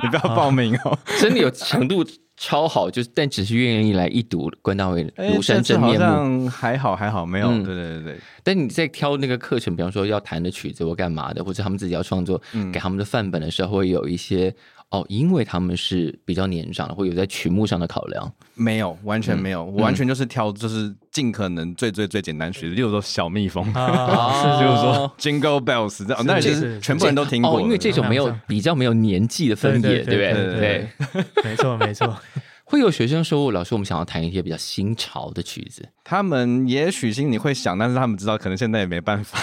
你不要报名哦。
真的有程度超好，就是但只是愿意来一睹关大伟
哎
庐山
这次
真
好
面目。
像还好还好，没有，
嗯
对对对对，
但你在挑那个课程，比方说要弹的曲子或干嘛的，或者他们自己要创作，给他们的范本的时候，会有一些哦，因为他们是比较年长的，会有在曲目上的考量。
没有，完全没有，我完全就是挑就是尽可能最最最简单学，例如说小蜜 蜂，
啊
啊
例如说 Jingle Bells 这样，那也就是是
是
全部人都听过
哦，
的，
因为这种没有
嗯
比较没有年纪的分野，对
对
不对？
对
对
对
对，
没错，没 错，
会有学生说，老师，我们想要弹一些比较新潮的曲子。
他们也许心里会想，但是他们知道可能现在也没办 法，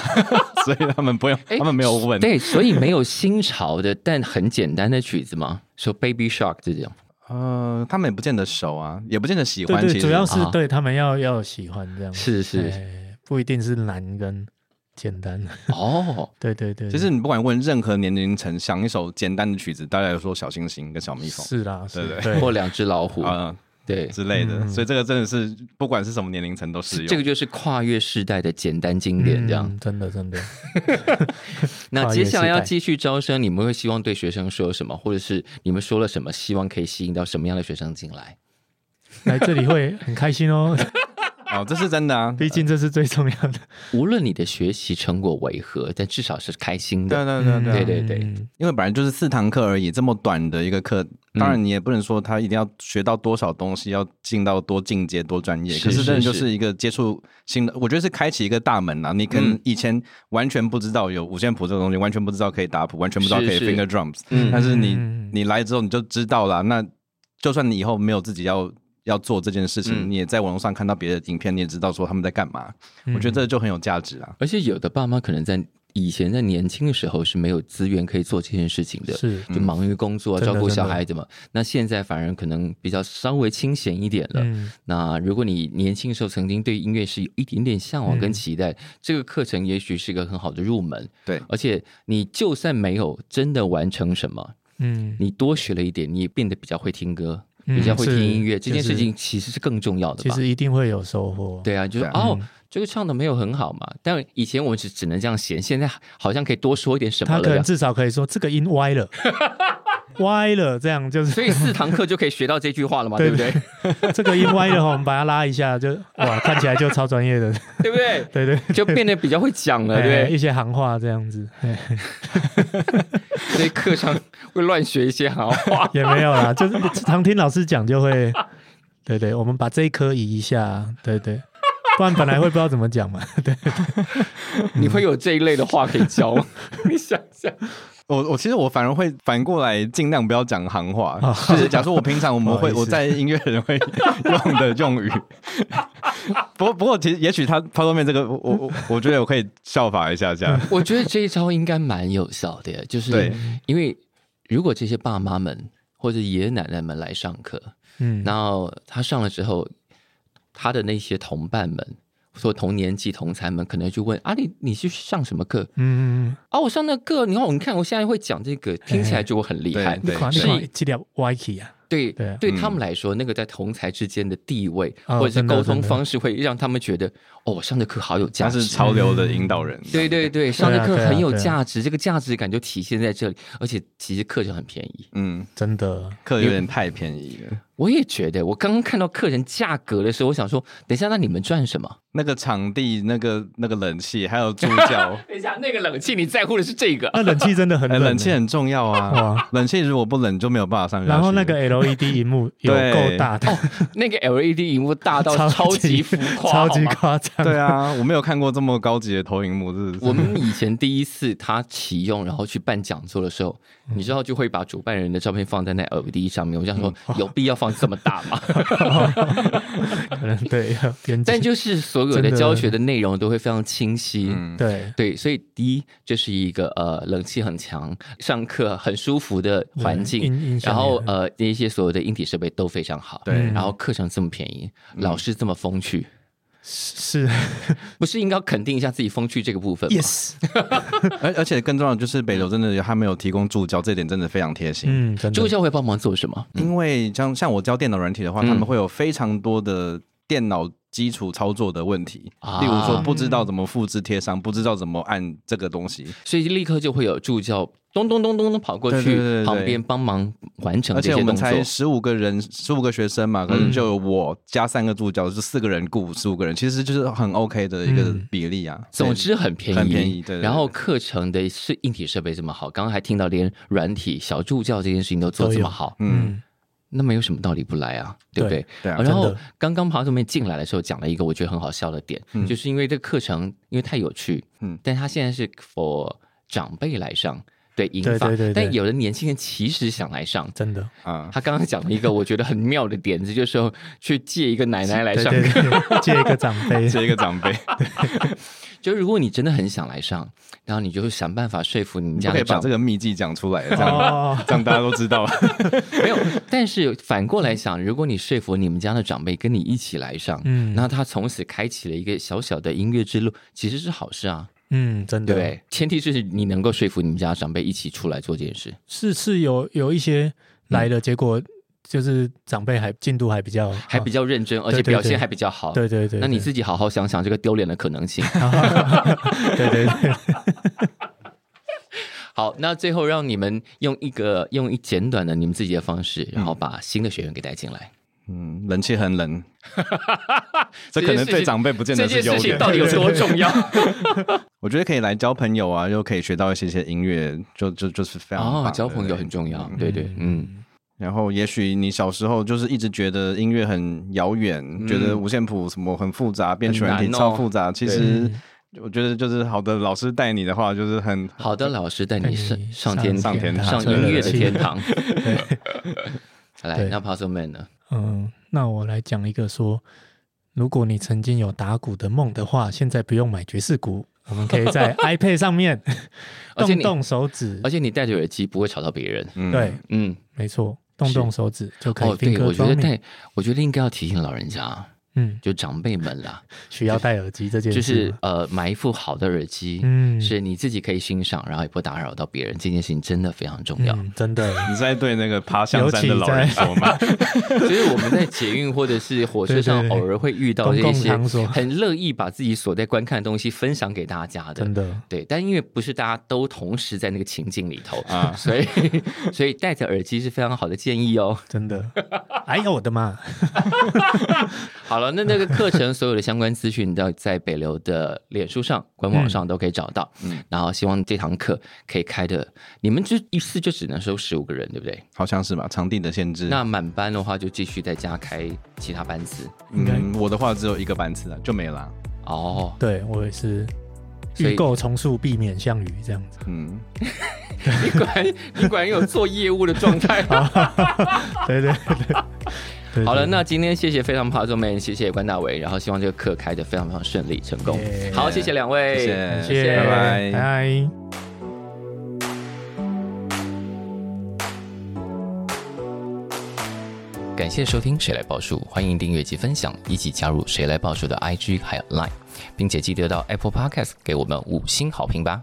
所以他们不用，
哎
他们没有问。
对，所以没有新潮的，但很简单的曲子吗？说 Baby Shark 这种，
呃，他们也不见得熟啊，也不见得喜
对
欢。
对，
其实
主要是
啊
对他们要要有喜欢这样，
是是
哎不一定是难跟简单，
哦，
对对对，
其实你不管问任何年龄层，想一首简单的曲子，大家都说小星星跟小蜜蜂
是啦，是
对对
或
对
两只老虎，
啊、
对，
之类的，
嗯
所以这个真的是不管是什么年龄层都适用。
这个就是跨越世代的简单经典这样。
嗯真的 真的，
那接下来
跨
要
越世代
继续招生，你们会希望对学生说什么，或者是你们说了什么，希望可以吸引到什么样的学生进来？
来这里会很开心 哦，
哦，这是真的啊，
毕竟这是最重要的。
无论你的学习成果为何，但至少是开心
对
的。
对对对啊
对对对
嗯
因为本来就是四堂课而已，这么短的一个课，当
嗯
然你也不能说他一定要学到多少东西，要进到多境界、多专业。
是
可是真的
是
就是是一个接触新的，我觉得是开启一个大门啊！你可能
嗯
以前完全不知道有五线谱这个东西，完全不知道可以打谱，完全不知道可
是
以
是
finger drums，
嗯
但是你
嗯
你来之后你就知道了。那就算你以后没有自己要要做这件事情，
嗯
你也在网络上看到别的影片，你也知道说他们在干嘛。
嗯
我觉得这就很有价值啊！
而且有的爸妈可能在以前在年轻的时候是没有资源可以做这件事情的，
是嗯
就忙于工作、
真的
照顾
真
小
的
孩子嘛。那现在反而可能比较稍微清闲一点了。
嗯
那如果你年轻的时候曾经对音乐是有一点点向往跟期
嗯
待，这个课程也许是一个很好的入门。
对，
而且你就算没有真的完成什么，
嗯
你多学了一点，你也变得比较会听歌，
嗯
比较会听
是
音乐。这件
就是
事情其实是更重要的
其
吧？
实一定会有收获。
对啊，就是
对啊
嗯
哦，这个唱的没有很好嘛，但以前我只只能这样写，现在好像可以多说一点什么
他
了
可
这
能
样。
至少可以说这个音歪 了，歪了，这样就是
所以四堂课就可以学到这句 话了嘛，对
对
不对？
这个音歪了，我们把它拉一下，就哇，看起来就超专业的，
对不 对？
对对，
就变得比较会讲了，
哎
对
一些行话这样子，哎。
不对？所以课上会乱学一些好话
也没有啦，就是常听老师讲就会，对对，我们把这一颗移一下，对对，不然本来会不知道怎么讲嘛。 对，嗯
你会有这一类的话可以教吗？ 你想想，
我我其实我反而会反过来尽量不要讲行话，就是假如我平常我们会
啊不好
我
意思
在音乐人会 用的用语。不过不过，其实也许他抛头面这个，我我我我觉得我可以效法一下下。
嗯
我觉得这一招应该蛮有效的耶，就是
对
因为如果这些爸妈们或者爷爷奶奶们来上课，
嗯，
然后他上了之后，他的那些同伴们，说同年纪同才们，可能就问啊，你你去上什么课？
嗯嗯
啊，我上那课，你看我，你看我现在会讲这个，听
哎
起来就我很厉害。
对
嗯，你看你
所以
看这条歪去啊，
对
对
对
嗯
他们来说，那个在同才之间的地位或
哦
者是
真的
沟通
真的
方式，会让他们觉得哦，我上的课好有价
他
值
是。潮流
嗯
的引导人，
对对对，上的课
对啊
很有
对啊
价值，这个价值感就体现在这里，而且其实课程很便宜。
嗯，
真的，
课有点太便宜了。
我也觉得，我刚刚看到课程价格的时候，我想说，等一下，那你们赚什么？
那个场地、那个那个冷气，还 有助教，
欸
等一下，那个冷气你在乎的是这个？
那冷气真的很
哎，
冷欸，
冷气很重要啊
哇。
冷气如果不冷就啊没有办法上下去。
然后那个 LED 荧幕有够大的，
那个 LED 荧幕大到超级浮夸，
超级
好 吗
夸张。
对啊，我没有看过这么高级的投影幕，是
我们以前第一次他启用，然后去办讲座的时候，你知道就会把主办人的照片放在那 LED 上面。我想说，有必要放这么大吗？
可能对，编辑
但就是所有的
真的
教学的内容都会非常清晰。
嗯，
对，
对，所以第一，这是一个呃冷气很强、上课很舒服的环境，
嗯，
然后呃那些所有的硬体设备都非常好，
对
然后课程这么便宜，老师这么风趣，
是
不是应该肯定一下自己风趣这个部分吗？
yes，
而而且更重要的就是北流真的他没有提供助教，这点真的非常贴心。
嗯，真
助
的，
教会帮忙做什么？
因为像像我教电脑软体的话，
嗯
他们会有非常多的电脑基础操作的问题，
啊
例如说不知
嗯
道怎么复制贴上，不知道怎么按这个东西。
所以立刻就会有助教咚咚咚咚咚跑过
对对
去
对对
旁边帮忙完成
而
这些
且我
动
们
作。嗯
才十五个人，十五个学生嘛，可能就有我加三个助教，就四个人雇十五个人，其实就是很 OK 的一个
嗯
比例啊。
总之很便宜，
很便宜对对对
然后课程的是硬体设备这么好，刚刚还听到连软体小助教这件事情都做这么好，
对，嗯，
那么有什么道理不来啊？对不对？
对啊
然后
真的
刚刚庞总面进来的时候讲了一个我觉得很好笑的点，
嗯
就是因为这个课程因为太有趣，嗯
嗯，
但他现在是 for 长辈来上，对引
对
法，
对对对
但有的年轻人其实想来上，
真的，
啊，
他刚刚讲了一个我觉得很妙的点子，就是说去借一个奶奶来
对
上
对
课。
对，借一个长辈，
这一个长辈，
就如果你真的很想来上，然后你就想办法说 服你们
你不
家
可以
的
把
长
这
辈。
个秘籍讲出来，这样
哦，
这样大家都知 道。
没有，但是反过来想，如果你说服你们家的长辈跟你一起来上，
嗯
那他从此开启了一个小小的音乐之路，其实是好事啊，
嗯，真
对
的，
不对？前提是你能够说服你们家的长辈一起出来做这件事。
是是有有一
嗯
些来的结果，就是长辈还进度还比较
还比较认真，而且
对对
表现
对
还比较好。
对对对，
那你
对
自己好好想想这个丢脸的可能性。
对对对，
好，那最后让你们用一个用一简短的你们自己的方式，
嗯
然后把新的学员给带进来。
嗯，冷气很 冷，这可能对长辈不见
这
得
件
是
事
优
情
点。
到底有多重 要？
我觉得可以来交朋友啊，又可以学到一些些音乐，就就就是非常棒
啊
哦
的，
交朋友很重要，对对，嗯，
然后，也许你小时候就是一直觉得音乐很遥远，觉得五线谱什么很复杂，编曲软体
嗯难哦
超复杂。其实
嗯
我觉得，就是好的老师带你的话，就是很
好的老师带你上
带你
上
上
天
上天堂
上音乐的天堂。
对，
来，
对
那 Puzzle Man 呢？
嗯，那我来讲一个说，如果你曾经有打鼓的梦的话，现在不用买爵士鼓，我们可以 在 iPad 上面
而且
动
你
动手指
而，且你戴着耳机不会吵到别人。
嗯
对，
嗯，
没错，动动手指就可以
哦，对，
finger
我觉得
drumming
戴，我觉得应该要提醒老人家，
嗯，
就长辈们啦，
需要戴耳机这件
就
事吗，
是呃，买一副好的耳机，
嗯
是你自己可以欣赏，然后也不打扰到别人，这件事情真的非常重要。
嗯，真的，
你是在对那个爬象山的老人说 吗？
所以我们在捷运或者是火车上
对对
偶
对
尔会遇到这
公共
些
场所
很乐意把自己所在观看的东西分享给大家的
真，的，
对，但因为不是大家都同时在那个情境里头啊
啊，
所以所以戴着 耳机是非常好的建议哦。
真的，哎呀，我的妈！
好好了，那那个课程所有的相关资讯都在北流的脸书上、官网上都可以找到。
嗯
然后希望这堂课可以开的，你们就一次就只能收十五个人，对不对？
好像是吧？场地的限制。
那满班的话就继续再加开其他班次。
应该
嗯，我的话只有一个班次了，就没了啊。
哦，
对我也是
所以
预购重塑，避免项羽这样子。
嗯，
你果然你果然有做业务的状态。哦
对对对对对。
好了，那今天谢谢非常怕做 man，谢谢关大伟，然后希望这个课开的非常非常顺利成功。
耶
好，谢谢两位，
谢
感
谢，
谢，
拜
拜拜。
拜。
感谢收听《谁来报数》，欢迎订阅及分享，一起加入《谁来报数》的 IG 还有 Line，并且记得到 Apple Podcast 给我们五星好评吧。